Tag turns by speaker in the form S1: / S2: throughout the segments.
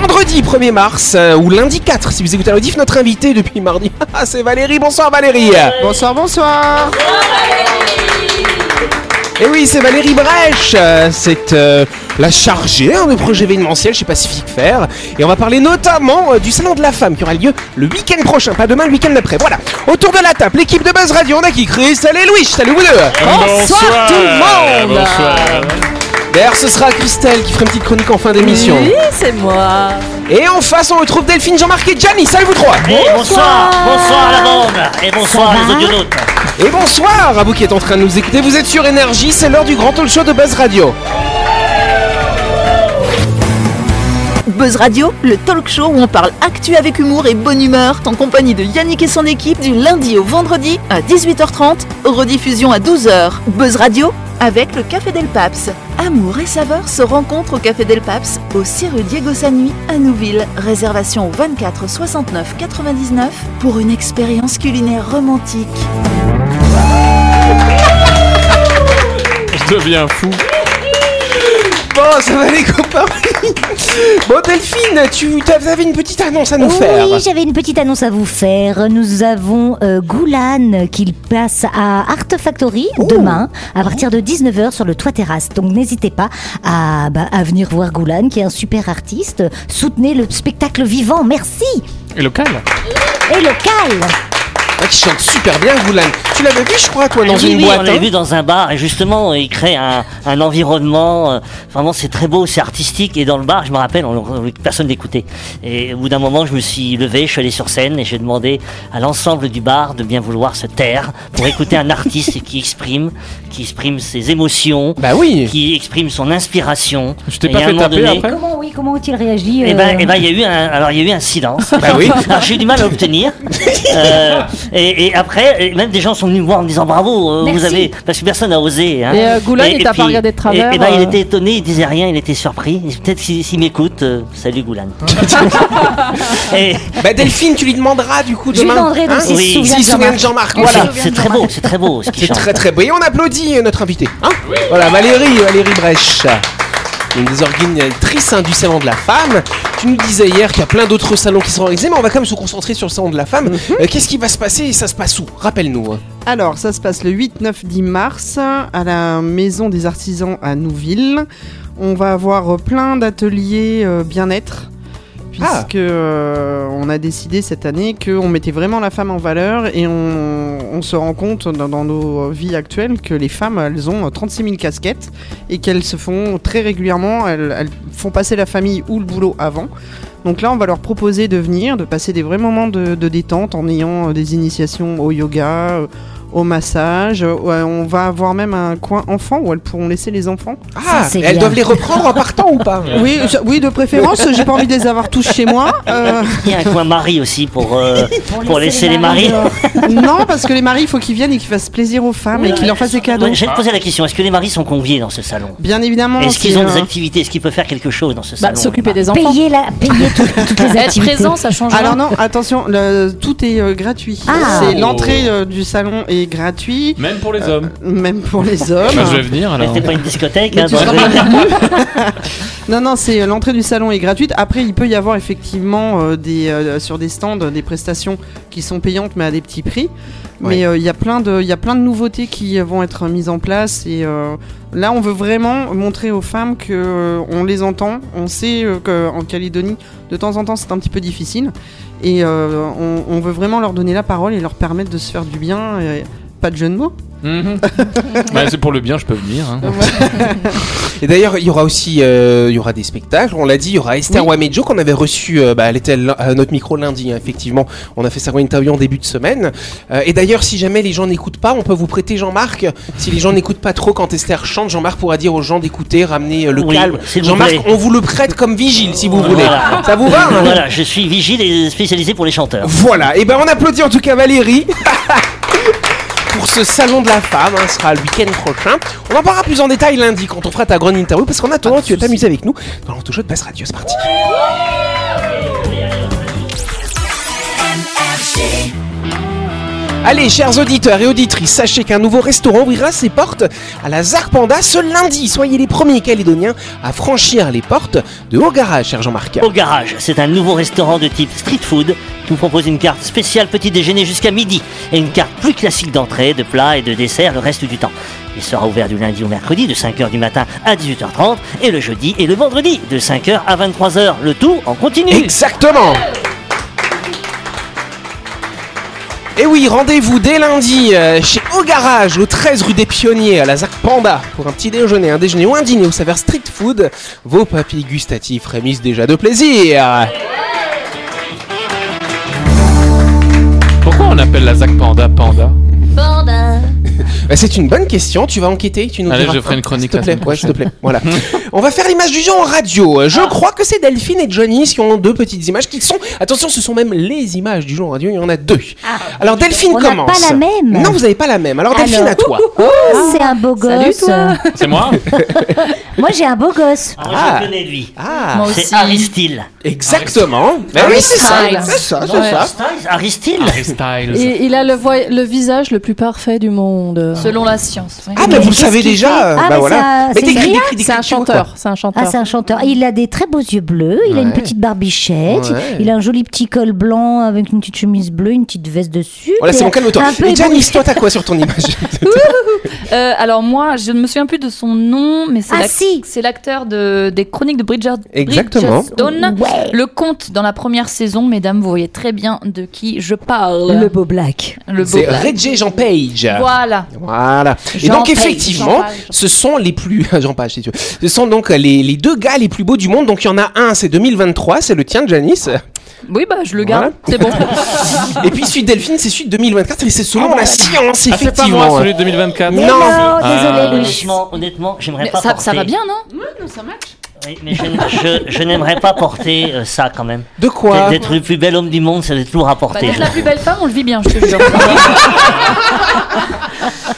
S1: mercredi 1er mars, euh, ou lundi 4, si vous écoutez la rediff, notre invité depuis mardi, Ah, c'est Valérie. Bonsoir Valérie.
S2: Bonsoir, bonsoir.
S1: Et Eh oui, c'est Valérie Brèche, euh, c'est euh, la chargée hein, des projets événementiels chez Pacific Fair. Et on va parler notamment euh, du Salon de la Femme qui aura lieu le week-end prochain, pas demain, le week-end d'après. Voilà, autour de la table, l'équipe de Buzz Radio, on a qui Chris, salut Louis, salut vous deux
S2: Bonsoir tout le monde.
S3: Bonsoir.
S1: D'ailleurs, ce sera Christelle qui fera une petite chronique en fin d'émission.
S4: Oui, c'est moi.
S1: Et en face, on retrouve Delphine, Jean-Marc et Gianni, salut vous trois
S3: Et
S5: Eh,
S3: bonsoir, bonsoir à la bande et bonsoir les audionautes.
S1: Et bonsoir à vous qui êtes en train de nous écouter, vous êtes sur Énergie, c'est l'heure du grand talk show de Buzz Radio.
S4: Buzz Radio, le talk show où on parle actu avec humour et bonne humeur, en compagnie de Yannick et son équipe du lundi au vendredi à 18h30, rediffusion à 12h. Buzz Radio avec le Café Del Paps. Amour et saveur se rencontrent au Café Del Paps, au 6 rue Diego Sanui à Nouville. Réservation au 24 69 99 pour une expérience culinaire romantique.
S3: Je deviens fou.
S1: Bon, ça va les copains Bon, Delphine, tu avais une petite annonce à nous faire.
S6: Oui, j'avais une petite annonce à vous faire. Nous avons euh, Goulan qui passe à Art Factory
S1: Oh.
S6: demain à partir de 19h sur le toit terrasse. Donc n'hésitez pas à, bah, à venir voir Goulan qui est un super artiste. Soutenez le spectacle vivant, merci
S3: Et local
S6: Et local
S1: Ah, qui chante super bien, Goulan. Tu l'avais vu, je crois, toi, dans
S5: Oui,
S1: une
S5: oui,
S1: boîte.
S5: on l'a
S1: hein.
S5: vu dans un bar et justement il crée un, un environnement. euh, vraiment c'est très beau, c'est artistique et dans le bar je me rappelle on, on- personne n'écoutait. Et au bout d'un moment je me suis levé, je suis allé sur scène et j'ai demandé à l'ensemble du bar de bien vouloir se taire pour écouter un artiste qui exprime, qui exprime ses émotions,
S1: Bah oui.
S5: qui exprime son inspiration.
S3: Je t'ai
S5: Et
S3: pas
S5: à un
S3: fait
S5: moment
S3: taper
S5: donné-
S3: après
S6: Comment oui, comment ont-ils réagi
S5: Eh
S6: euh,
S5: ben, eh ben, il y a eu un, alors il y a eu un silence.
S1: Bah oui.
S5: Alors, j'ai eu du mal à obtenir. Euh, et, et après, et même des gens sont venus me voir en me disant bravo, euh, vous
S6: Merci.
S5: avez, parce que personne n'a osé. hein.
S2: Et, euh, Goulan, il t'a pas
S5: puis-
S2: regardé de travers,
S5: Et, et ben, il
S2: euh.
S5: était étonné, il disait rien, il était surpris. Et Peut-être s'il s'il m'écoute, euh, salut Goulan. Et-
S1: Bah, Delphine, tu lui demanderas, du coup,
S6: Je lui
S1: demain. hein
S6: demanderai donc s'il se
S5: Oui.
S6: souvient
S1: S'il
S6: de
S1: se souvient de
S6: Jean-Marc.
S1: Jean-Marc.
S5: c'est-
S1: Voilà.
S5: c'est très beau, c'est très beau ce qu'il
S1: C'est
S5: chante.
S1: très très beau. Et on applaudit euh, notre invité. Hein voilà, Valérie, euh, Valérie Brèche. Une des organisatrices hein, du Salon de la Femme. Tu nous disais hier qu'il y a plein d'autres salons qui sont organisés, mais on va quand même se concentrer sur le Salon de la Femme.
S6: Mhm.
S1: Euh, Qu'est-ce qui va se passer et ça se passe où Rappelle-nous. hein.
S2: Alors, ça se passe le 8, 9, 10 mars à la Maison des Artisans à Nouville. On va avoir euh, plein d'ateliers euh, bien-être.
S1: Ah.
S2: Puisque euh, on a décidé cette année qu'on mettait vraiment la femme en valeur et on, on se rend compte dans, dans nos euh, vies actuelles que les femmes elles ont euh, 36 000 casquettes et qu'elles se font très régulièrement, elles, elles font passer la famille ou le boulot avant. Donc là, on va leur proposer de venir, de passer des vrais moments de, de détente en ayant euh, des initiations au yoga, euh, au massage. Euh, ouais, on va avoir même un coin enfant où elles pourront laisser les enfants.
S1: Ah,
S6: c'est
S1: mais elles
S6: bien.
S1: doivent les reprendre en partant ou pas
S2: Oui, je- oui de préférence, j'ai pas envie de les avoir tous chez moi. Euh,
S5: Il y a un coin mari aussi pour, euh, pour laisser les maris.
S6: dehors.
S2: non, parce que les maris, il faut qu'ils viennent et qu'ils fassent plaisir aux femmes et qu'ils leur fassent des cadeaux.
S5: Ouais, Je vais te poser la question, est-ce que les maris sont conviés dans ce salon
S2: Bien évidemment.
S5: Est-ce qu'ils
S2: c'est euh,
S5: ont des
S2: un-
S5: activités Est-ce qu'ils peuvent faire quelque chose dans ce
S7: Bah,
S5: salon
S7: s'occuper des enfants.
S6: Payer, la, payer tout- toutes les
S7: Être
S6: activités.
S7: présent, ça change
S2: Alors
S7: rien.
S2: non, attention, le- tout est euh, gratuit.
S6: Ah.
S2: C'est l'entrée euh, du salon est gratuite,
S3: Même pour
S7: Euh,
S3: les hommes.
S2: même pour les hommes.
S3: Bah, je vais venir
S5: Mais
S3: alors.
S5: C'était pas une discothèque,
S2: Mais
S5: hein,
S2: tu
S5: dans
S2: seras
S5: le-
S2: Non, non, c'est euh, l'entrée du salon est gratuite. Après, il peut y avoir effectivement euh, des, euh, sur des stands euh, des prestations qui sont payantes mais à des petits prix. Mais euh, il y a plein de, il y a plein de nouveautés qui euh, vont être mises en place et euh, là, on veut vraiment montrer aux femmes que euh, on les entend. On sait euh, qu'en Calédonie, de temps en temps, c'est un petit peu difficile et euh, on, on veut vraiment leur donner la parole et leur permettre de se faire du bien. et pas de jeu de mots.
S3: Mhm. Bah, c'est pour le bien, je peux venir. hein.
S1: Et d'ailleurs, il y aura aussi euh, il y aura des spectacles. On l'a dit, il y aura Esther Wamejo qu'on avait reçue. euh, bah, elle était à l- à notre micro lundi, hein, effectivement. On a fait sa interview en début de semaine. Euh, et d'ailleurs, si jamais les gens n'écoutent pas, on peut vous prêter Jean-Marc. Si les gens n'écoutent pas trop quand Esther chante, Jean-Marc pourra dire aux gens d'écouter, ramener euh, le
S5: Oui,
S1: calme.
S5: s'il vous
S1: Jean-Marc,
S5: plaît.
S1: on vous le prête comme vigile, si vous voulez.
S5: Voilà.
S1: Ça vous va hein
S5: Voilà, je suis vigile et spécialisé pour les chanteurs.
S1: Voilà, et ben on applaudit en tout cas Valérie pour ce salon de la femme, hein, ce sera le week-end prochain. On en parlera plus en détail lundi quand on fera ta grande interview, parce qu'en attendant, tu vas t'amuser avec nous dans l'auto-show de Basse Radio, c'est parti. Allez, chers auditeurs et auditrices, sachez qu'un nouveau restaurant ouvrira ses portes à la Zarpanda ce lundi. Soyez les premiers Calédoniens à franchir les portes de Haut Garage, cher Jean-Marc.
S5: Au Garage, c'est un nouveau restaurant de type street food qui vous propose une carte spéciale petit déjeuner jusqu'à midi et une carte plus classique d'entrée, de plat et de dessert le reste du temps. Il sera ouvert du lundi au mercredi de 5h du matin à 18h30 et le jeudi et le vendredi de 5h à 23h. Le tout en continu.
S1: Exactement Et oui, rendez-vous dès lundi euh, chez Au Garage, au 13 rue des Pionniers, à la ZAC Panda, pour un petit déjeuner, un déjeuner ou un dîner au saveur street food. Vos papilles gustatives frémissent déjà de plaisir.
S7: Pourquoi on appelle la Zac Panda Panda
S1: Bah, C'est une bonne question, tu vas enquêter, tu nous
S7: Allez,
S1: diras. Ah,
S7: je ferai une chronique
S1: S'il te plaît,
S7: la semaine
S1: ouais, s'il te plaît. Voilà. On va faire l'image du jour en radio. Je crois que c'est Delphine et Johnny qui ont deux petites images qui sont. Attention, ce sont même les images du jour en radio, il y en a deux. Alors Delphine
S6: Ah. On n'a pas
S1: commence.
S6: la même.
S1: Non, vous n'avez pas la même. Alors Delphine,
S6: Alors.
S1: à toi.
S6: C'est un beau gosse.
S7: C'est moi
S6: Moi, j'ai un beau gosse.
S5: Ah, moi,
S1: Ah.
S5: je le connais lui.
S1: Ah,
S6: Moi
S5: C'est
S6: aussi.
S5: Aristyle.
S1: exactement. Bah oui, c'est ça.
S8: Styles.
S1: C'est ça, c'est
S8: Ouais.
S1: ça.
S5: Aristyle
S7: Harry Styles.
S8: Et il a le, voi- le visage le plus parfait du monde.
S9: Selon la science. oui.
S1: Ah, mais
S6: Mais
S1: vous le
S6: qu'est-ce
S1: savez
S6: qu'il
S1: déjà.
S6: fait
S1: euh,
S6: Ah,
S1: bah
S6: mais
S1: voilà.
S6: ça-
S1: Mais
S6: c'est
S1: décris-
S6: Ria
S1: décris- décris-
S8: C'est un
S1: décris-
S8: chanteur. C'est un
S6: Ah,
S8: chanteur.
S6: c'est un chanteur. Il a des très beaux yeux bleus, il a une
S1: Ouais.
S6: petite barbichette,
S1: Ouais.
S6: il a un joli petit col blanc avec une petite chemise bleue, une petite veste dessus.
S1: Voilà, c'est
S6: Il
S1: bon,
S6: a
S1: calme-toi.
S6: un peu
S1: Et Janice,
S6: ébouriffé.
S1: toi, t'as quoi sur ton image
S9: Euh, alors moi, je ne me souviens plus de son nom, mais c'est
S6: Ah,
S9: l'ac-
S6: si.
S9: c'est l'acteur de, des chroniques de Bridgerton.
S1: Exactement.
S9: Bridgerton,
S6: Ouais.
S9: Le comte dans la première saison, mesdames, vous voyez très bien de qui je parle.
S6: Le beau black.
S9: Le beau
S1: C'est
S9: blague.
S1: Reggie Jean Page.
S9: Voilà.
S1: Voilà. Et
S9: Jean
S1: donc
S9: Page,
S1: effectivement,
S9: Jean Page.
S1: ce sont les plus Jean Page, si tu veux. Ce sont donc les, les deux gars les plus beaux du monde. Donc il y en a un, c'est 2023, c'est le tien, Janice.
S9: Oui, bah je le garde. C'est bon.
S1: Et puis celui de Delphine, c'est celui de 2024 et c'est selon la science
S7: Ah, c'est pas moi,
S1: effectivement.
S7: celui de 2024.
S1: Non.
S6: Non,
S7: Ah.
S6: désolé, Louis.
S5: Euh, Honnêtement, honnêtement, j'aimerais
S9: Mais
S5: pas
S9: ça,
S5: porter.
S9: ça va bien, non
S5: Oui, mais je, je- je n'aimerais pas porter euh, ça quand même.
S1: de quoi
S5: D'être le plus bel homme du monde, ça doit être lourd à
S9: bah,
S5: porter.
S9: D'être la plus belle femme, on le vit bien, je te jure.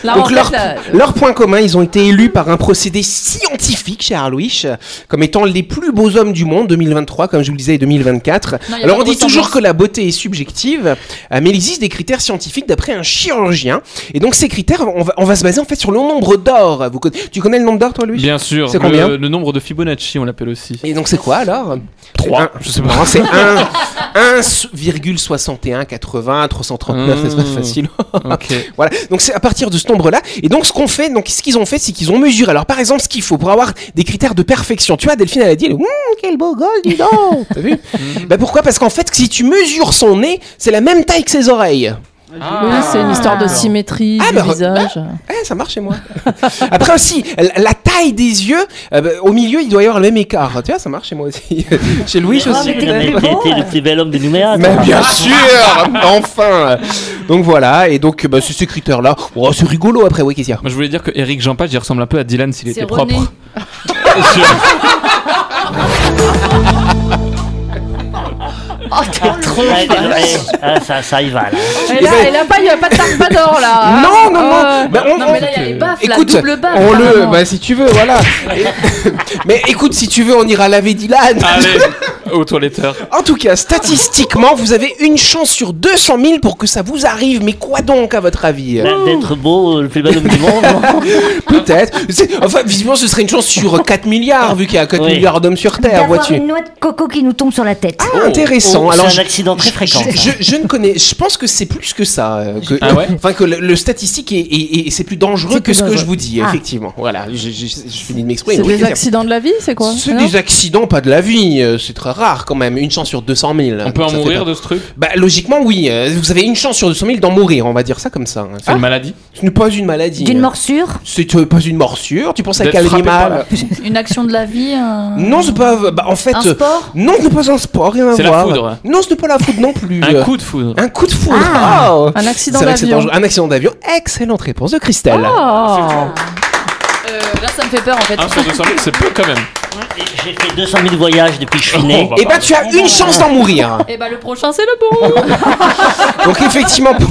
S9: Là, en
S1: donc
S9: fait, euh,
S1: leur,
S9: là,
S1: leur point commun, ils ont été élus par un procédé scientifique, cher Louis, comme étant les plus beaux hommes du monde 2023, comme je vous le disais, et 2024.
S9: Non, y a
S1: Alors
S9: pas
S1: on
S9: de
S1: dit toujours
S9: ressemblance.
S1: que la beauté est subjective, euh, mais il existe des critères scientifiques d'après un chirurgien. Et donc ces critères, on va, on va se baser en fait sur le nombre d'or. Vous conna- Tu connais le nombre d'or toi, Louis
S7: Bien sûr.
S1: C'est
S7: le-
S1: combien
S7: le, nombre de Fibonacci, on l'appelle aussi.
S1: Et donc c'est quoi alors
S7: Trois,
S1: Un-
S7: je sais pas.
S1: Non, c'est 1, 1,61, 80, 339, c'est pas
S7: Mmh.
S1: facile.
S7: Ok.
S1: Voilà, donc c'est à partir de ce nombre-là. Et donc ce qu'on fait, donc ce qu'ils ont fait, c'est qu'ils ont mesuré. Alors par exemple, ce qu'il faut pour avoir des critères de perfection. Tu vois, Delphine, elle a dit, elle, Hum, quel beau gosse, dis donc T'as vu Bah pourquoi Parce qu'en fait, si tu mesures son nez, c'est la même taille que ses oreilles.
S7: Ah.
S8: Oui, c'est une histoire de symétrie
S1: Ah,
S8: du
S1: bah, re-
S8: visage.
S1: Eh, ça marche chez moi. Après aussi, la- la taille des yeux, euh, bah, au milieu, il doit y avoir le même écart. Tu vois, ça marche chez moi aussi. chez Louis
S5: Mais
S9: Ah,
S1: aussi.
S5: t'as
S1: peut-être.
S5: été
S9: hein.
S5: le plus bel homme de Nouméa.
S1: Mais
S5: toi.
S1: bien sûr, enfin. Donc voilà, et donc bah, c'est ces critères-là. Oh, c'est rigolo après, oui, qu'est-ce qu'il y a
S7: Moi, je voulais dire que Eric Jean Page, il ressemble un peu à Dylan s'il
S9: C'est
S7: était
S9: René.
S7: propre.
S5: euh, Ouais, désolé. Ah, ça, ça y va là.
S9: et là, et là, pas, il n'y a pas de tarpador là.
S5: Ah,
S9: hein.
S1: eh ben, Non, non, non.
S5: oh.
S9: Euh,
S1: Bah, on-
S9: non, mais là, il y a les baffes, la
S1: Écoute,
S9: double baffe.
S1: on le,
S9: apparemment.
S1: bah si tu veux, voilà. Et- Mais écoute, si tu veux, on ira laver Dylan.
S7: Allez, au toiletteur.
S1: En tout cas, statistiquement, vous avez une chance sur 200 000 pour que ça vous arrive. Mais quoi donc, à votre avis
S5: Bah, D'être beau, euh, le plus bel homme du monde.
S1: Peut-être. C'est- Enfin, visiblement, ce serait une chance sur 4 milliards, vu qu'il y a 4
S5: Oui.
S1: milliards d'hommes sur Terre,
S6: D'avoir
S1: vois-tu.
S6: une noix de coco qui nous tombe sur la tête.
S1: Ah, intéressant.
S5: Oh,
S1: Alors,
S5: c'est
S1: je-
S5: un accident très fréquent.
S1: Je,
S5: ça.
S1: je- je ne connais. Je pense que c'est plus que ça. euh, que,
S7: Ah ouais
S1: Enfin, que le, le statistique est, est- est- c'est plus dangereux
S6: C'est
S1: que
S6: plus
S1: ce que
S6: dangereux.
S1: je vous dis.
S6: Ah.
S1: Effectivement. Voilà. Je, je- je- je finis de m'exprimer.
S8: C'est
S1: Oui,
S8: des accidents de la vie, c'est quoi
S1: C'est
S8: Non
S1: des accidents, pas de la vie. euh, C'est très rare quand même. Une chance sur 200 000.
S7: On peut en mourir de ce truc
S1: Bah, logiquement, oui. euh, Vous avez une chance sur 200 000 d'en mourir. On va dire ça comme ça. hein.
S8: Ah
S7: C'est une maladie
S1: Ce n'est pas une maladie. hein.
S6: D'une morsure
S1: C'est euh, pas une morsure. Tu penses à
S7: D'être
S1: quel
S7: frappé par
S1: animal
S9: Une action de la vie. un-
S1: Non, c'est pas. bah, en fait.
S9: Un
S1: euh,
S9: sport
S1: Non, ce n'est pas un sport. Rien à
S7: C'est la
S1: voir.
S7: foudre.
S1: Non, ce n'est pas la foudre non plus.
S7: Un coup de foudre.
S1: Un coup de foudre. Oh.
S8: Ah, Un accident
S1: C'est vrai que c'est
S8: d'avion.
S1: dangereux. Un accident d'avion. Excellente réponse de Christelle.
S8: Oh
S9: Euh, Là, ça me fait peur en fait.
S7: Un sur 200 000, c'est peu quand même. Oh,
S5: Et J'ai fait 200 000 voyages depuis que je suis né.
S1: Et bah tu as une chance d'en mourir.
S9: Et bah le prochain c'est le bon
S1: Donc effectivement, pour,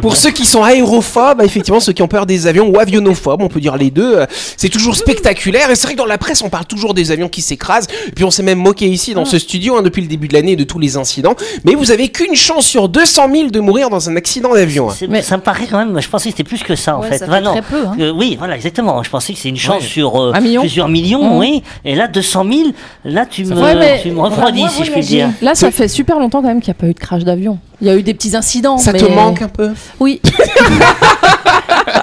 S1: pour ceux qui sont aérophobes, effectivement ceux qui ont peur des avions ou avionophobes, on peut dire les deux, euh, c'est toujours spectaculaire. Et c'est vrai que dans la presse, on parle toujours des avions qui s'écrasent. Et puis on s'est même moqué ici dans ce studio hein, depuis le début de l'année de tous les incidents. Mais vous avez qu'une chance sur 200 000 de mourir dans un accident d'avion. hein.
S5: C'est-
S8: Mais-
S5: Ça me paraît quand même, je pensais que c'était plus que ça en
S9: Ouais,
S5: fait.
S9: ça fait
S5: Bah, non.
S9: très peu, hein.
S5: Euh, oui, voilà, exactement. Je pensais que c'est une chance sur euh,
S8: Un million.
S5: plusieurs millions,
S8: Mmh.
S5: oui. Et là, 200 000, là, tu, me,
S8: Ouais, mais-
S5: tu me refroidis,
S9: Moi,
S5: si je puis
S9: voyager.
S5: dire.
S8: Là, ça fait super longtemps quand même qu'il n'y a pas eu de crash d'avion. Il y a eu des petits incidents.
S1: Ça
S8: mais-
S1: te manque un peu
S8: Oui.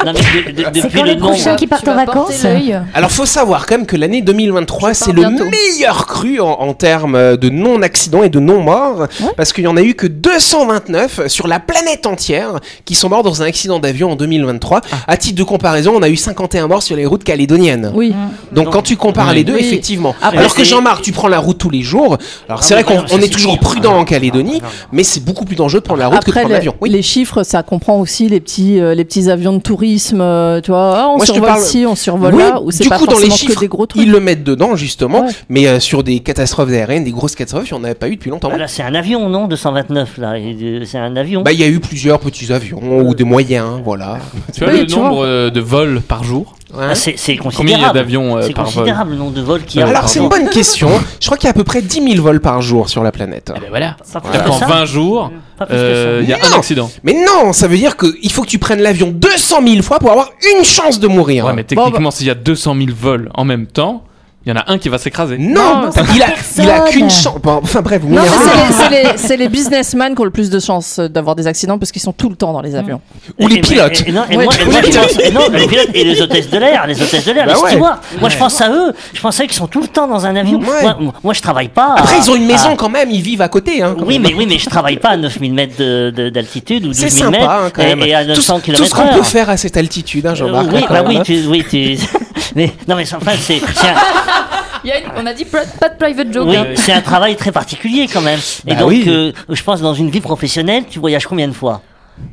S5: Non, mais de- de-
S6: C'est
S5: depuis
S6: quand
S5: le
S6: les
S5: nombre.
S6: prochains qui partent
S9: bah, Tu
S6: en
S9: vas porter
S6: vacances
S9: l'œil.
S1: Alors faut savoir quand même que l'année 2023
S9: Je
S1: c'est le
S9: pars bientôt.
S1: meilleur cru en, en termes euh, de non-accidents et de non-morts parce qu'il n'y en a eu que 229 sur la planète entière qui sont morts dans un accident d'avion en 2023. À titre de comparaison, on a eu 51 morts sur les routes calédoniennes.
S8: Oui.
S9: Mm.
S1: Donc quand tu compares les deux,
S8: Oui.
S1: effectivement.
S5: Après,
S1: alors que
S5: c'est-
S1: Jean-Marc, tu prends la route tous les jours. Alors
S5: Ah,
S1: c'est vrai
S5: mais
S1: qu'on
S5: non,
S1: on
S5: ça,
S1: est
S5: c'est
S1: toujours
S5: pire.
S1: prudent
S5: Ah,
S1: en Calédonie,
S5: non, non, non.
S1: mais c'est beaucoup plus dangereux de prendre la route que de
S8: Après,
S1: prendre
S8: les,
S1: l'avion. Oui.
S8: les chiffres, ça comprend aussi les petits, euh, les petits avions de tourisme. euh, tu vois, Ah, on
S1: Moi, je te
S8: survole
S1: parle-
S8: ci, on survole
S1: Oui,
S8: là. Ou c'est
S1: du
S8: pas
S1: coup, dans les
S8: forcément
S1: chiffres,
S8: que des gros trucs.
S1: Ils le mettent dedans justement,
S8: Ouais.
S1: mais euh, sur des catastrophes aériennes, des grosses catastrophes, il n'y en avait pas eu depuis longtemps.
S5: Bah, là, c'est un avion, non 229, là. et, euh, C'est un avion.
S1: Bah, il y a eu plusieurs petits avions
S8: Euh.
S1: ou des moyens, voilà. Hein
S7: Tu vois
S8: Oui,
S7: le
S8: tu
S7: nombre euh, de vols par jour
S1: Ouais.
S5: Ah, c'est c'est
S7: Hein Combien il y a
S5: considérable.
S7: d'avions euh,
S5: C'est
S7: par vol
S5: considérable le nombre de vols qu'il y a.
S1: Alors, c'est une bonne question. Je crois qu'il y a à peu près 10 000 vols par jour sur la planète.
S7: Eh ben voilà.
S5: Pas plus
S7: C'est-à-dire
S5: que
S7: qu'en
S5: Ah, ça. Hum,
S7: 20 jours,
S5: Pas plus que ça.
S7: euh, il y a
S1: Non.
S7: un accident.
S1: Mais non, ça veut dire qu'il faut que tu prennes l'avion 200 000 fois pour avoir une chance de mourir.
S7: Ouais, mais techniquement,
S8: bah,
S7: s'il y a 200 000 vols en même temps, il y en a un qui va s'écraser.
S1: Non,
S6: Non, ça
S1: il, a,
S6: personne.
S1: il a qu'une chance. Bon, enfin bref, vous
S8: Non, mais
S1: m'énervez.
S8: c'est les- c'est les, c'est les businessmen qui ont le plus de chance euh, d'avoir des accidents parce qu'ils sont tout le temps dans les avions.
S1: Ou
S5: Et-
S1: les
S5: et-
S1: pilotes.
S5: Et, et non, et
S8: Ouais.
S5: moi- et moi,
S1: Oui,
S5: je
S1: tiens.
S5: pense- et non, les pilotes et les hôtesses de l'air, les hôtesses de l'air,
S1: Bah
S5: les
S1: ouais.
S5: stewards. Moi, je pense à eux. Je pense à eux qui sont tout le temps dans un avion.
S1: Ouais.
S5: Moi, moi, je travaille pas. à-
S1: Après, ils
S8: ah,
S1: ont une maison
S5: à-
S1: quand même, ils vivent à côté. Hein, quand
S5: Oui,
S1: même.
S5: mais oui, mais je travaille pas à 9000 mètres de- de- d'altitude ou 12
S1: C'est
S5: 000
S1: sympa
S5: mètres
S1: hein, quand
S5: et-
S1: même.
S5: et, à
S1: Tout-
S5: 900 km/h.
S1: Tout ce qu'on peut faire à cette altitude, hein, Jean-Marc.
S5: oui,
S1: hein, quand
S5: bah
S1: même,
S5: oui,
S1: hein.
S5: tu, oui, tu. mais non, mais enfin, c'est c'est un,
S9: Il y a une- On a dit pr- pas de private joke.
S5: oui,
S9: hein.
S5: c'est un travail très particulier quand même. Et
S1: Bah
S5: donc,
S1: oui.
S5: euh, je pense dans une vie professionnelle, tu voyages combien de fois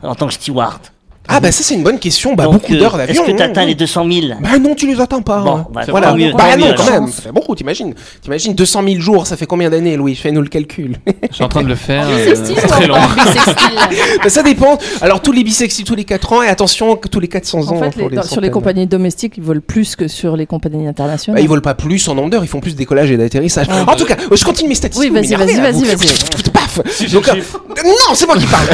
S5: en tant que steward
S1: Ah, bah ça, c'est une bonne question. Bah,
S5: Donc,
S1: beaucoup
S5: euh,
S1: d'heures d'avion.
S5: Est-ce que tu
S1: hein.
S5: atteins les 200 000
S1: Bah non, tu les attends pas.
S5: Bon,
S1: hein.
S5: bah,
S1: voilà.
S5: tant mieux,
S1: bah
S5: tant
S1: non,
S5: mieux,
S1: quand
S5: alors.
S1: même. C'est beaucoup, t'imagines. T'imagines 200 000 jours, ça fait combien d'années, Louis Fais-nous le calcul.
S7: Je suis en train de le faire.
S8: Ah,
S7: euh,
S9: Bisextile
S7: c'est très
S9: ou
S7: long.
S9: pas Bisextile.
S1: Bah, ça dépend. Alors tous les bisextiles tous les 4 ans et attention que tous les 400 ans.
S8: En fait,
S1: pour
S8: les- dans- sur les
S1: centaines.
S8: compagnies domestiques, ils volent plus que sur les compagnies internationales. Ah, bah
S1: Bah, ils volent pas plus en nombre d'heures, ils font plus de décollage et d'atterrissage. en tout cas, euh, je continue mes statistiques.
S8: Oui,
S1: vous
S8: vas-y,
S1: m'énervez,
S8: vas-y,
S1: là,
S8: vas-y,
S1: vous.
S8: vas-y.
S1: Paf
S7: je
S1: Donc, euh, Non, c'est moi qui parle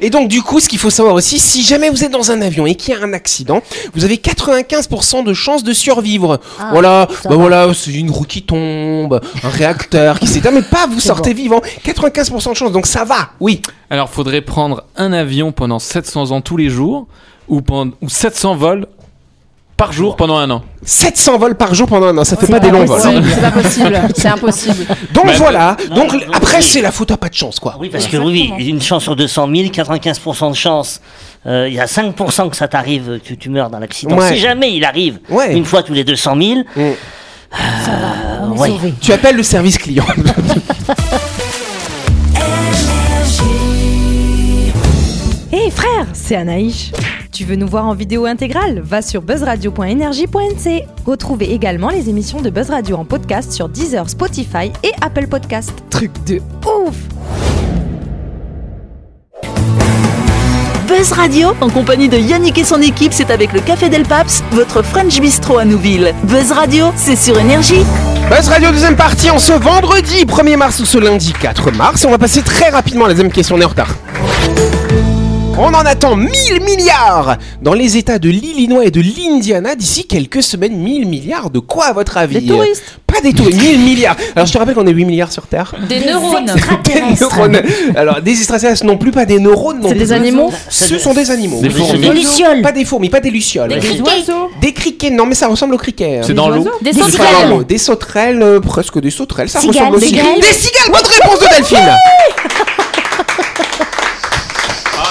S1: Et donc, du coup, ce qu'il faut savoir aussi, si jamais vous êtes dans un avion et qu'il y a un accident, vous avez 95% de chances de survivre.
S6: Ah,
S1: voilà,
S6: ça
S1: bah
S6: va.
S1: voilà, c'est une roue qui tombe, un réacteur qui s'éteint, mais pas vous sortez vivant. 95% de chances, donc ça va, oui.
S7: Alors, faudrait prendre un avion pendant 700 ans tous les jours ou, pen- ou 700 vols par jour pendant un an.
S1: 700 vols par jour pendant un an, ça fait
S8: C'est
S1: pas des longs vols.
S8: possible, C'est pas possible. C'est impossible.
S1: Donc
S7: Bah,
S1: voilà,
S5: non,
S1: donc
S5: non,
S1: après
S5: oui.
S1: c'est la faute à pas de chance quoi.
S5: Oui, parce que oui, oui, une chance sur 200 000, 95% de chance. Euh, Il y a 5% que ça t'arrive, que tu meurs dans l'accident.
S1: Ouais.
S5: Si jamais il arrive,
S1: Ouais.
S5: une fois tous les 200 000,
S6: On est
S5: ouais.
S6: sauvés.
S1: Tu appelles le service client.
S10: Hé frère, c'est Anaïs. Tu veux nous voir en vidéo intégrale Va sur buzzradio.energie.nc. Retrouvez également les émissions de Buzz Radio en podcast sur Deezer, Spotify et Apple Podcast. Truc de ouf
S4: Buzz Radio, en compagnie de Yannick et son équipe, c'est avec le Café Del Paps, votre French Bistro à Nouville. Buzz Radio, c'est sur Énergie.
S1: Buzz Radio deuxième partie en ce vendredi 1er mars ou ce lundi 4 mars. Et on va passer très rapidement à la deuxième question, on est en retard. On en attend 1000 milliards dans les États de l'Illinois et de l'Indiana d'ici quelques semaines. 1000 milliards de quoi à votre avis
S8: Des touristes. Ah,
S1: Pas des touristes, 1000 milliards. Alors je te rappelle qu'on est 8 milliards sur Terre.
S9: Des neurones.
S1: Des
S6: Extraterrestres.
S1: neurones. Alors des extraterrestres non plus, pas des neurones non
S8: C'est
S1: plus.
S8: des animaux
S1: Ce sont des animaux.
S7: Des
S1: oui.
S7: fourmis.
S6: Des lucioles.
S1: Pas des fourmis, pas des lucioles.
S9: Des
S1: Des,
S9: criquets.
S8: oiseaux.
S1: criquets, non mais ça ressemble aux criquets. hein.
S7: C'est dans l'eau.
S9: Des
S6: Des
S1: C'est pas dans
S9: sauterelles.
S1: l'eau. Des sauterelles, euh, presque des sauterelles, ça
S6: Cigales,
S1: ressemble aussi.
S6: des grêles.
S1: Des cigales, bonne réponse de Delphine
S7: Ah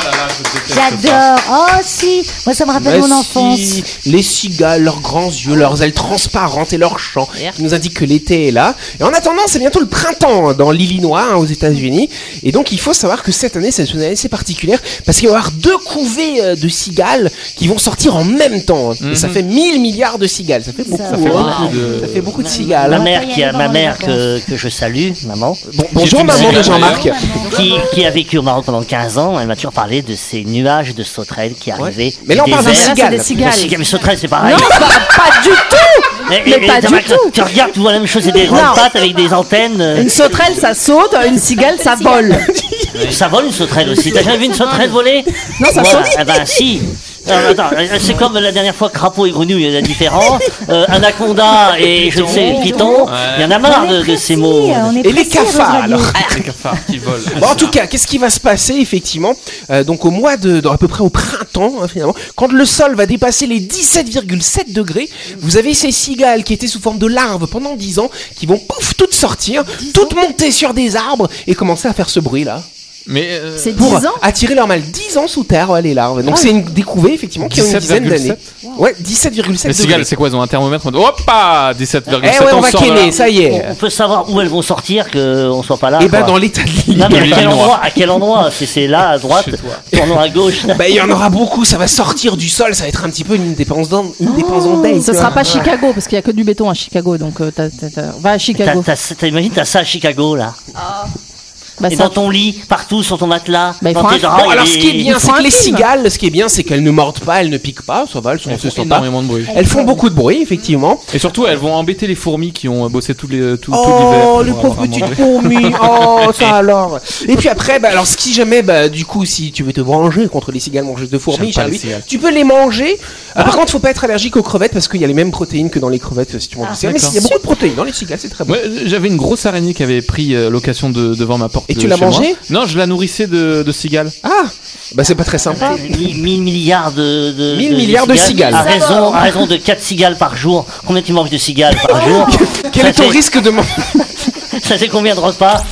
S7: là là,
S6: J'adore. Oh si, moi ça me rappelle
S1: Mais
S6: mon enfance.
S1: Bah, si, les cigales, leurs grands yeux, leurs ailes transparentes et leurs chants
S6: Merde.
S1: qui nous indiquent que l'été est là. Et en attendant, c'est bientôt le printemps hein, dans l'Illinois, hein, aux États-Unis. Et donc, il faut savoir que cette année, c'est une année assez particulière parce qu'il va y avoir deux couvées euh, de cigales qui vont sortir en même temps. Et ça
S5: Mhm.
S1: fait 1000 milliards de cigales. Ça fait beaucoup,
S5: Ça fait
S1: hein.
S5: beaucoup de-
S1: Ça fait beaucoup de cigales.
S5: Ma mère, qui a, ma mère que, que je salue, maman.
S1: bonjour,
S5: Qui-
S1: maman de Jean-Marc.
S5: Qui, qui a vécu au Maroc pendant 15 ans, elle m'a toujours parlé de ces nuages de sauterelles qui arrivaient.
S1: Mais là, on
S5: du
S1: parle des
S5: désert.
S1: cigales.
S5: Des
S1: cigales.
S5: mais sauterelles, c'est pareil.
S10: pas du tout
S5: Et-
S10: Mais
S5: et-
S10: pas
S5: et-
S10: du
S5: tu-
S10: tout
S5: Tu regardes, tu vois la même chose, c'est des
S10: Non.
S5: grandes pattes avec des antennes. euh,
S10: Une sauterelle, ça saute, une cigale, ça vole.
S5: Ça vole une sauterelle aussi. T'as jamais vu une sauterelle voler
S10: Non, ça
S5: Voilà.
S10: saute.
S5: Ah ben si. Non, mais attends, euh, c'est comme la dernière fois crapaud et grenouille, il y en a différents. Euh, anaconda et je ne sais, python. Il y en a marre de, de ces mots.
S6: on est
S1: Et les cafards, alors
S7: Les cafards qui volent.
S1: Bon, en tout cas, qu'est-ce qui va se passer effectivement Euh, Donc au mois de, dans à peu près au printemps hein, finalement, quand le sol va dépasser les 17,7 degrés, vous avez ces cigales qui étaient sous forme de larves pendant 10 ans, qui vont pouf toutes sortir, toutes monter sur des arbres et commencer à faire ce bruit là.
S7: Mais euh,
S9: C'est 10
S1: Pour
S9: ans
S1: attirer leur mal 10 ans sous terre, ouais, les larves. Donc
S7: Ah,
S1: c'est une découvée effectivement qui a une dizaine d'années.
S7: 17,7.
S1: Ouais, 17,7 degrés.
S7: les cigales, c'est quoi Ils ont un thermomètre. on dit, Hop, ah, 17,7.
S1: Eh ouais, on va
S7: sort de
S1: kenner,
S7: là.
S1: ça y est.
S5: On peut savoir où elles vont sortir, qu'on soit pas là.
S1: Et
S7: Ah.
S1: ben
S5: quoi.
S1: dans l'état de
S5: Non, mais à quel
S7: Illinois.
S5: endroit, à quel endroit C'est- C'est là, à droite,
S7: Chez toi.
S5: tournant à gauche.
S1: Bah, il y en aura beaucoup, ça va sortir du sol, ça va être un petit peu une dépense d'en- une hein. dépense en day,
S8: Ce
S1: tu
S8: sera
S1: vois.
S8: pas Chicago parce qu'il y a que du béton à Chicago donc euh, t'as- t'as- t'as- va à
S5: T'as-
S8: Chicago.
S5: t'as- T'imagines, t'as ça à Chicago là.
S1: Ah.
S8: Bah,
S5: Et
S8: ça-
S5: dans ton lit, partout, sur ton matelas,
S8: Bah, il
S5: dans
S8: faut
S5: tes
S8: un-
S1: Bon,
S5: draps. Ah, il y a
S1: alors ce qui est
S5: des-
S1: bien, c'est que les
S8: film.
S1: cigales, ce qui est bien, c'est qu'elles ne mordent pas, elles ne piquent pas, ça va, elles sont
S7: Elles
S1: assez
S7: font
S1: sympas.
S7: énormément de bruit.
S1: Elles font beaucoup de bruit, effectivement.
S7: Et surtout, elles vont embêter les fourmis qui ont euh, bossé tout les- tout- tout l'hiver.
S1: Oh,
S7: pour
S1: les
S7: avoir
S1: pauvres
S7: à
S1: petites
S7: manger.
S1: fourmis. Oh, ça alors. Et puis après, bah, alors, si jamais, bah, du coup, si tu veux te venger contre les cigales mangeuses de fourmis,
S7: J'aime pas les
S1: Charlie,
S7: cigales.
S1: tu peux les manger. Ah, par contre, faut pas être allergique aux crevettes parce qu'il y a les mêmes protéines que dans les crevettes, si tu manges des cigales. Mais
S7: d'accord.
S1: il y a beaucoup de protéines dans les cigales, c'est très bon.
S7: Ouais, j'avais une grosse araignée qui avait pris euh, location de- devant ma porte.
S1: Et
S7: de
S1: tu l'as
S7: chez moi.
S1: mangée
S7: Non, je la nourrissais de, de cigales.
S1: Ah, bah, c'est pas très
S5: Ah.
S1: sympa.
S5: 1000 milliards de, de,
S1: 1000 milliards de cigales.
S5: À raison, à raison de 4 cigales par jour. Combien tu manges de cigales par jour
S1: Quel
S5: Ça
S1: est ton
S5: fait-
S1: risque de manger
S5: Ça fait combien de repas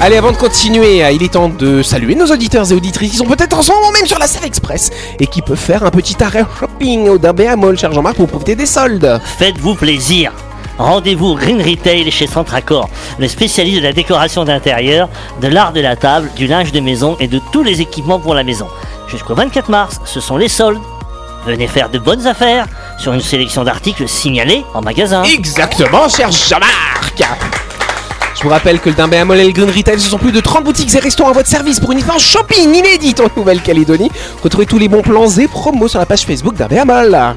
S1: Allez, avant de continuer, euh, il est temps de saluer nos auditeurs et auditrices qui sont peut-être en ce moment même sur la salle express et qui peuvent faire un petit arrêt shopping au Dabea Mall, cher Jean-Marc, pour profiter des soldes.
S5: Faites-vous plaisir. Rendez-vous au Green Retail chez Centracor, le spécialiste de la décoration d'intérieur, de l'art de la table, du linge de maison et de tous les équipements pour la maison. Jusqu'au 24 mars, ce sont les soldes. Venez faire de bonnes affaires sur une sélection d'articles signalés en magasin.
S1: Exactement, cher Jean-Marc je vous rappelle que le Dimbé Mall et le Green Retail, ce sont plus de 30 boutiques et restaurants à votre service pour une expérience shopping inédite en Nouvelle-Calédonie. Retrouvez tous les bons plans et promos sur la page Facebook Dimbé Mall.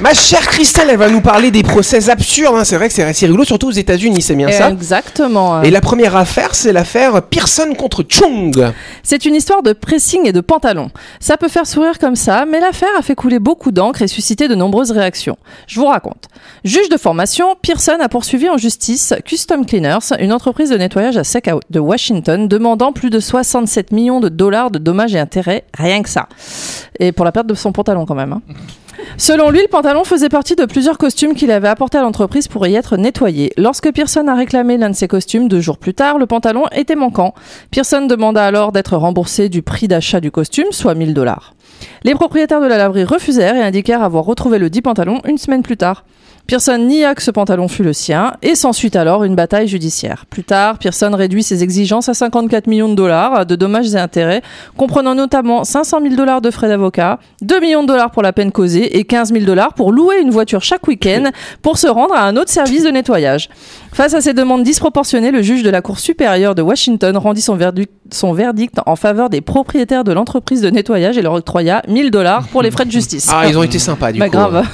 S1: Ma chère Christelle, elle va nous parler des procès absurdes. hein. C'est vrai que c'est assez rigolo, surtout aux États-Unis, c'est bien ça.
S8: Exactement. hein.
S1: Et la première affaire, c'est l'affaire Pearson contre Chung.
S8: C'est une histoire de pressing et de pantalon. Ça peut faire sourire comme ça, mais l'affaire a fait couler beaucoup d'encre et suscité de nombreuses réactions. Je vous raconte. Juge de formation, Pearson a poursuivi en justice Custom Cleaners, une entreprise de nettoyage à sec à- de Washington, demandant plus de 67 millions de dollars de dommages et intérêts, rien que ça. Et pour la perte de son pantalon quand même. hein. Selon lui, le pantalon faisait partie de plusieurs costumes qu'il avait apportés à l'entreprise pour y être nettoyé. Lorsque Pearson a réclamé l'un de ses costumes deux jours plus tard, le pantalon était manquant. Pearson demanda alors d'être remboursé du prix d'achat du costume, soit 1000 dollars. Les propriétaires de la laverie refusèrent et indiquèrent avoir retrouvé le dit pantalon une semaine plus tard. Pearson nia que ce pantalon fut le sien et s'ensuit alors une bataille judiciaire. Plus tard, Pearson réduit ses exigences à 54 millions de dollars de dommages et intérêts, comprenant notamment 500 000 dollars de frais d'avocat, 2 millions de dollars pour la peine causée et 15 000 dollars pour louer une voiture chaque week-end pour se rendre à un autre service de nettoyage. Face à ces demandes disproportionnées, le juge de la Cour supérieure de Washington rendit son, verdu- son verdict en faveur des propriétaires de l'entreprise de nettoyage et leur octroya 1000 dollars pour les frais de justice.
S1: Ah, ils ont été sympas du
S8: Bah,
S1: coup.
S8: grave.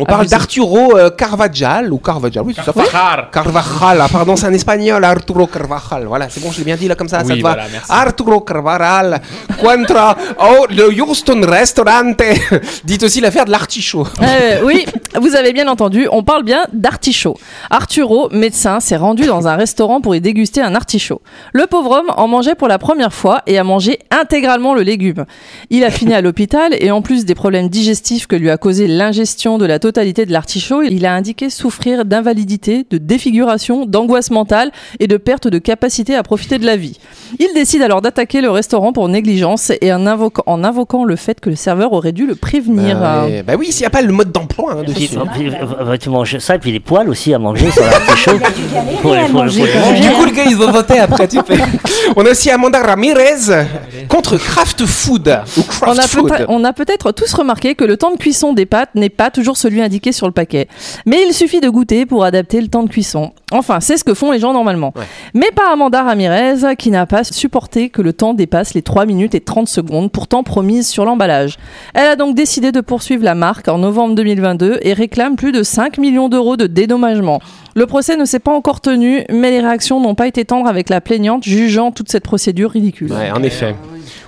S1: On parle d'Arturo euh, Carvajal, ou Carvajal, oui, c'est ça.
S7: Carvajal.
S1: Carvajal, ah, pardon, c'est un espagnol, Arturo Carvajal. Voilà, c'est bon, je l'ai bien dit là comme ça, ça
S7: Oui,
S1: te va.
S7: voilà, merci.
S1: Arturo Carvajal contra oh, le Houston Restaurante. Dites aussi l'affaire de l'artichaut.
S8: Euh, oui, vous avez bien entendu, on parle bien d'artichaut. Arturo, médecin, s'est rendu dans un restaurant pour y déguster un artichaut. Le pauvre homme en mangeait pour la première fois et a mangé intégralement le légume. Il a fini à l'hôpital et en plus des problèmes digestifs que lui a causé l'ingestion de la totalité de l'artichaut, il a indiqué souffrir d'invalidité, de défiguration, d'angoisse mentale et de perte de capacité à profiter de la vie. Il décide alors d'attaquer le restaurant pour négligence et en invoquant, en invoquant le fait que le serveur aurait dû le prévenir.
S5: Bah ouais,
S8: Euh,
S1: Bah oui, s'il n'y a pas le mode d'emploi hein,
S5: Puis,
S1: dessus.
S5: puis, euh, tu manges ça, et puis les poils aussi à manger, ça va être chaud. Faut- faut- faut- faut-
S1: Du coup, le gars, il va voter après, tu sais. On a aussi Amanda Ramirez contre Kraft Food. Ou Kraft
S8: On a,
S1: Food.
S8: peut- on a peut-être tous remarqué que le temps de cuisson des pâtes n'est pas toujours celui indiqué sur le paquet. Mais il suffit de goûter pour adapter le temps de cuisson. Enfin, c'est ce que font les gens normalement. Mais pas Amanda Ramirez, qui n'a pas supporté que le temps dépasse les 3 minutes et 30 secondes, pourtant promise sur l'emballage. Elle a donc décidé de poursuivre la marque en novembre 2022 et réclame plus de 5 millions d'euros de dédommagement. Le procès ne s'est pas encore tenu, mais les réactions n'ont pas été tendres avec la plaignante, jugeant toute cette procédure ridicule.
S1: Ouais, en effet.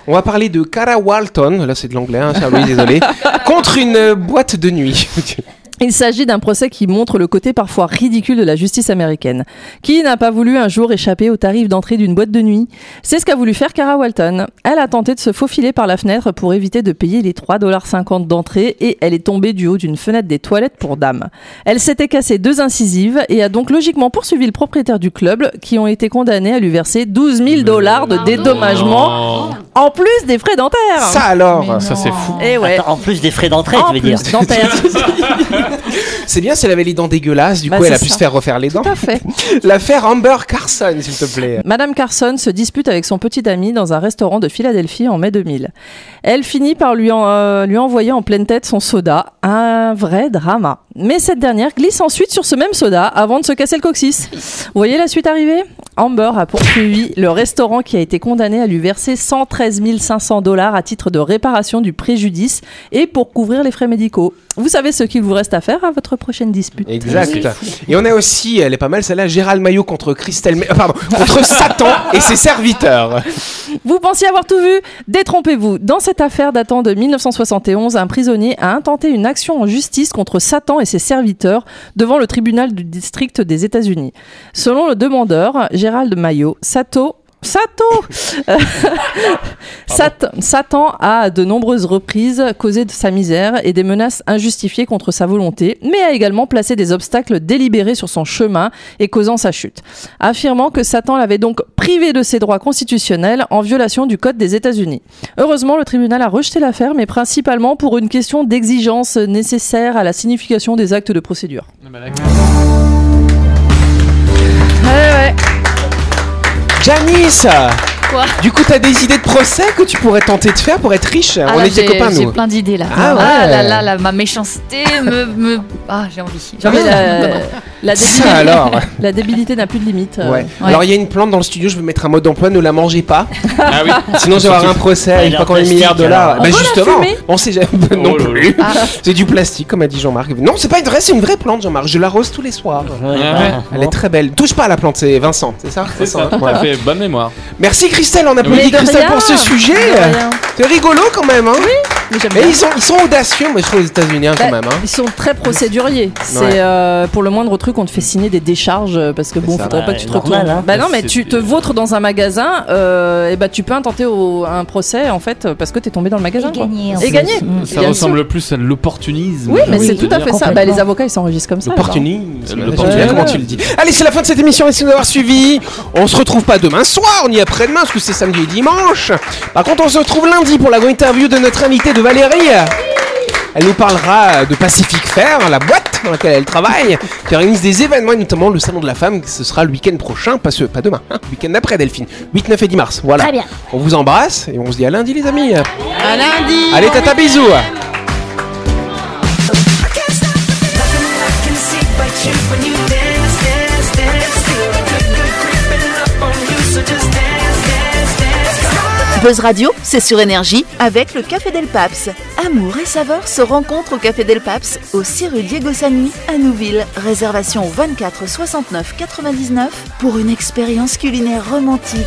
S1: On va parler de Cara Walton, là c'est de l'anglais, hein, Charles-Louis, désolé, contre une euh, boîte de nuit.
S8: Il s'agit d'un procès qui montre le côté parfois ridicule de la justice américaine. Qui n'a pas voulu un jour échapper au tarif d'entrée d'une boîte de nuit C'est ce qu'a voulu faire Cara Walton. Elle a tenté de se faufiler par la fenêtre pour éviter de payer les 3,50$ d'entrée et elle est tombée du haut d'une fenêtre des toilettes pour dames. Elle s'était cassé deux incisives et a donc logiquement poursuivi le propriétaire du club qui ont été condamnés à lui verser 12 000 dollars de dédommagement en plus des frais dentaires.
S1: Ça alors
S7: Ça c'est fou.
S8: Et ouais.
S5: Attends, en plus des frais d'entrée,
S8: En
S5: tu veux dire.
S8: plus dentaires.
S1: C'est bien si elle avait les dents dégueulasses, du
S8: Bah,
S1: coup elle a
S8: c'est
S1: pu
S8: ça.
S1: se faire refaire les dents.
S8: Tout à fait.
S1: L'affaire Amber Carson, s'il te plaît.
S8: Madame Carson se dispute avec son petit ami dans un restaurant de Philadelphie en mai 2000. Elle finit par lui, en- euh, lui envoyer en pleine tête son soda, un vrai drama. Mais cette dernière glisse ensuite sur ce même soda avant de se casser le coccyx. Vous voyez la suite arriver Amber a poursuivi le restaurant qui a été condamné à lui verser 113 500 dollars à titre de réparation du préjudice et pour couvrir les frais médicaux. Vous savez ce qu'il vous reste à faire à votre prochaine dispute.
S1: Exact. Et on a aussi, elle est pas mal celle-là, Gérald Maillot contre Christelle, Ma- euh, pardon, contre Satan et ses serviteurs.
S8: Vous pensiez avoir tout vu Détrompez-vous. Dans cette affaire datant de 1971, un prisonnier a intenté une action en justice contre Satan et ses serviteurs devant le tribunal du district des États-Unis. Selon le demandeur, Gérald Maillot, Sato. Sato Euh, Sat- Satan a à de nombreuses reprises causé de sa misère et des menaces injustifiées contre sa volonté, mais a également placé des obstacles délibérés sur son chemin et causant sa chute, affirmant que Satan l'avait donc privé de ses droits constitutionnels en violation du Code des États-Unis. Heureusement, le tribunal a rejeté l'affaire, mais principalement pour une question d'exigence nécessaire à la signification des actes de procédure.
S1: Janice
S9: Quoi
S1: Du coup, t'as des idées de procès que tu pourrais tenter de faire pour être riche
S9: Ah,
S1: On
S9: là,
S1: est tes
S9: j'ai-
S1: copains,
S9: J'ai
S1: nous.
S9: plein d'idées là.
S1: Ah ouais.
S9: là là là, ma méchanceté me. me- Ah, j'ai envie.
S8: J'ai envie de la- la
S1: Ça
S8: débilité-
S1: alors.
S8: La débilité n'a plus de limite. euh.
S1: Ouais. Alors il y a une plante dans le studio, je vais mettre un mot d'emploi, ne la mangez pas. Ah oui. Sinon je vais avoir un procès
S5: Elle
S1: avec
S5: est
S1: pas
S5: en
S1: combien de
S5: plastique,
S1: milliards de dollars.
S5: alors.
S1: Bah
S5: On peut la
S1: justement,
S5: fumer
S1: on sait jamais. non plus. C'est du plastique comme a dit Jean-Marc. Non, c'est pas une vraie, c'est une vraie plante Jean-Marc. Je l'arrose tous les soirs.
S7: Ouais.
S1: Ah
S5: bah,
S1: Elle est très belle. Touche pas à la plante, c'est Vincent, c'est ça
S7: C'est ça,
S1: Vincent, hein,
S7: tout à
S1: voilà.
S7: fait. Bonne mémoire.
S1: Merci Christelle, on applaudit
S7: Mais de
S1: Christelle
S7: rien.
S1: pour ce sujet.
S7: De rien.
S1: C'est rigolo quand même, hein
S8: Oui.
S1: Mais
S8: bien.
S1: ils sont, ils sont audacieux, moi je trouve aux États-Unis hein, quand
S8: Bah,
S1: même. Hein.
S8: Ils sont très procéduriers. C'est euh, pour le moindre truc, on te fait signer des décharges euh, parce que bon,
S1: ça.
S8: faudrait pas
S1: Bah,
S8: que tu te
S1: normal,
S8: retournes.
S1: hein.
S8: Bah non, mais
S1: C'est-
S8: tu te vautres dans un magasin, et bah tu peux intenter au- un procès en fait parce que t'es tombé dans le magasin.
S6: Et
S8: quoi.
S6: gagner, en
S8: Et
S6: fait.
S8: gagner.
S6: Mm.
S7: Ça
S8: Bien
S7: ressemble
S8: sûr.
S7: plus à de l'opportunisme.
S8: Oui, mais
S7: j'ai
S8: c'est
S7: envie de
S8: tout à
S7: dire.
S8: fait ça. Bah, les avocats, ils s'enregistrent comme ça. là-bas.
S1: L'opportunisme.
S7: Le
S1: J'aime
S7: portugais,
S1: bien
S7: ouais.
S1: comment tu le dis. Allez, c'est la fin de cette émission. Merci de nous avoir suivis. On se retrouve pas demain soir, ni après-demain, parce que c'est samedi et dimanche. Par contre, on se retrouve lundi pour la grande interview de notre invitée de Valérie. Elle nous parlera de Pacific Fair, la boîte dans laquelle elle travaille, qui organise des événements, et notamment le Salon de la Femme, ce sera le week-end prochain, pas, ce, pas demain, hein, le week-end d'après, Delphine. 8, 9 et 10 mars. Voilà.
S6: Très bien.
S1: On vous embrasse et on se dit à lundi, les amis.
S2: À lundi
S1: Allez, tata, bisous.
S11: Just dance, dance, dance.
S4: Buzz Radio, c'est sur énergie avec le Café Del Paps. Amour et saveur se rencontrent au Café Del Paps, au 6 rue Diego Sanui à Nouville. Réservation au 24 69 99 pour une expérience culinaire romantique.